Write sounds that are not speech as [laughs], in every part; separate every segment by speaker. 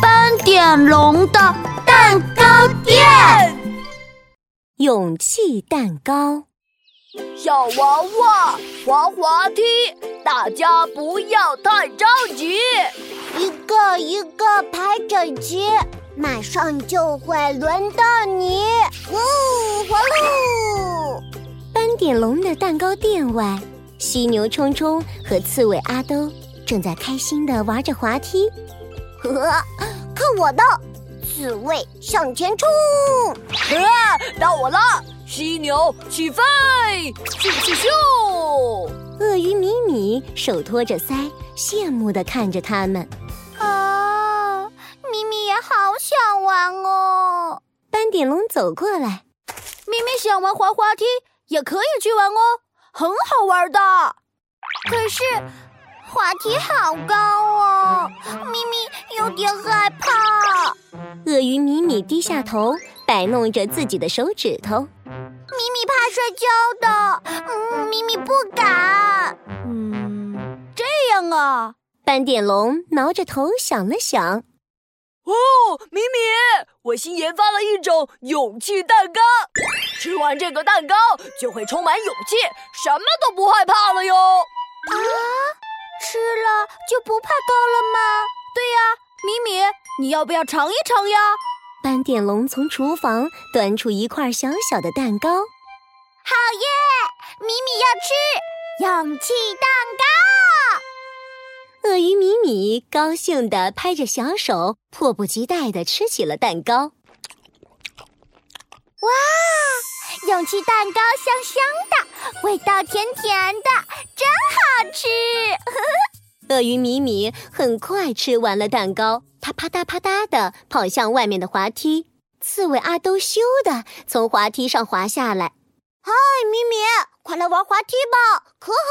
Speaker 1: 斑点龙的蛋糕店，
Speaker 2: 勇气蛋糕。
Speaker 3: 小娃娃，滑滑梯，大家不要太着急。
Speaker 4: 一个一个排整齐，马上就会轮到你。呜、哦，滑喽！
Speaker 2: 斑点龙的蛋糕店外，犀牛冲冲和刺猬阿兜正在开心的玩着滑梯。
Speaker 4: 呵，看我的！刺猬向前冲！
Speaker 3: 啊，到我了！犀牛起飞！咻咻咻！
Speaker 2: 鳄鱼米米手托着腮，羡慕的看着他们。
Speaker 4: 啊，咪咪也好想玩哦！
Speaker 2: 斑点龙走过来，
Speaker 3: 咪咪想玩滑滑梯，也可以去玩哦，很好玩的。
Speaker 4: 可是滑梯好高哦，咪咪有点害怕。
Speaker 2: 鳄鱼米米低下头，摆弄着自己的手指头。
Speaker 4: 咪咪怕摔跤的，嗯，咪咪不敢。
Speaker 3: 嗯，这样啊。
Speaker 2: 斑点龙挠着头想了想，
Speaker 3: 哦，米米，我新研发了一种勇气蛋糕，吃完这个蛋糕就会充满勇气，什么都不害怕了哟。
Speaker 4: 啊，吃了就不怕高了吗？
Speaker 3: 对呀，米米，你要不要尝一尝呀？
Speaker 2: 斑点龙从厨房端出一块小小的蛋糕，
Speaker 4: 好耶！米米要吃勇气蛋
Speaker 2: 糕。鳄鱼米米高兴地拍着小手，迫不及待地吃起了蛋糕。
Speaker 4: 哇，勇气蛋糕香香的，味道甜甜的，真好吃！
Speaker 2: 鳄鱼米米很快吃完了蛋糕。他啪嗒啪嗒的跑向外面的滑梯，刺猬阿兜咻的从滑梯上滑下来。
Speaker 4: 嗨，米米，快来玩滑梯吧，可好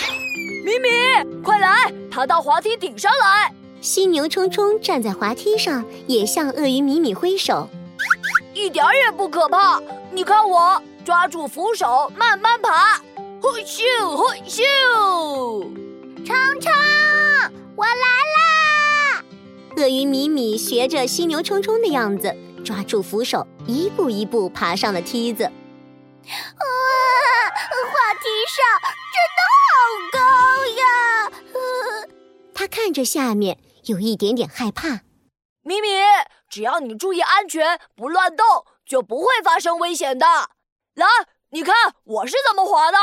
Speaker 3: 玩了！米米，快来，爬到滑梯顶上来！
Speaker 2: 犀牛冲冲站在滑梯上，也向鳄鱼米米挥手。
Speaker 3: 一点也不可怕，你看我抓住扶手，慢慢爬，嘿咻嘿咻！
Speaker 4: 冲冲，我来啦！
Speaker 2: 鳄鱼米米学着犀牛冲冲的样子，抓住扶手，一步一步爬上了梯子。哇，
Speaker 4: 呃滑梯上真的好高呀！
Speaker 2: 呃、他看着下面，有一点点害怕。
Speaker 3: 米米，只要你注意安全，不乱动，就不会发生危险的。来，你看我是怎么滑的？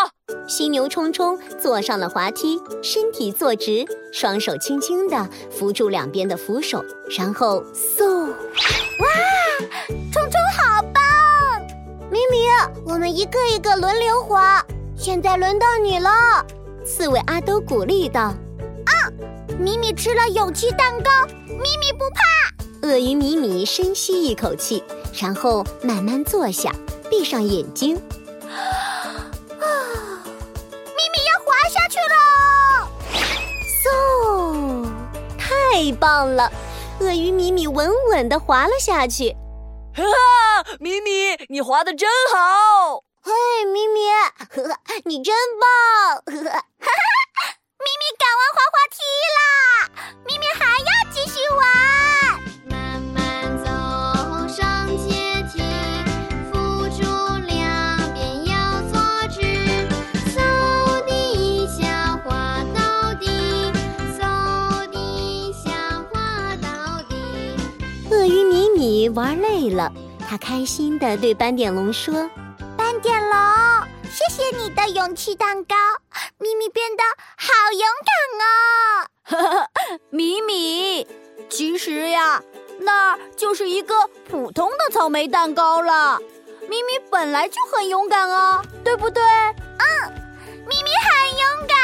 Speaker 2: 犀牛冲冲坐上了滑梯，身体坐直，双手轻轻地扶住两边的扶手，然后嗖！
Speaker 4: 哇，冲冲好棒！米米，
Speaker 2: 啊
Speaker 4: 我们一个一个轮流滑，现在轮到你了。
Speaker 2: 刺猬阿兜鼓励道：“
Speaker 4: 啊，米米吃了勇气蛋糕，米米不怕。”
Speaker 2: 鳄鱼米米深吸一口气，然后慢慢坐下，闭上眼睛。
Speaker 4: 下去喽！
Speaker 2: 嗖、so,，太棒了！鳄鱼米米稳稳地滑了下去。
Speaker 3: 哈哈，米米，啊你滑的真好！
Speaker 4: 嘿，米米，呵呵， [laughs] 你真棒！ [laughs] 呵呵，哈哈，米米敢玩滑滑梯啦！米米还要继续玩。
Speaker 5: 慢慢走上阶梯，扶住两边要坐直。
Speaker 2: 鳄鱼米米玩累了，他开心地对斑点龙说：“
Speaker 4: 斑点龙，谢谢你的勇气蛋糕，米米变得好勇
Speaker 2: 啊
Speaker 3: 敢哦。”
Speaker 2: [laughs]
Speaker 3: 米米，其实呀，那就是一个普通的草莓蛋糕了。
Speaker 2: 哦
Speaker 3: 米米本来就很勇敢啊，对不对？
Speaker 4: 嗯，米米很勇敢。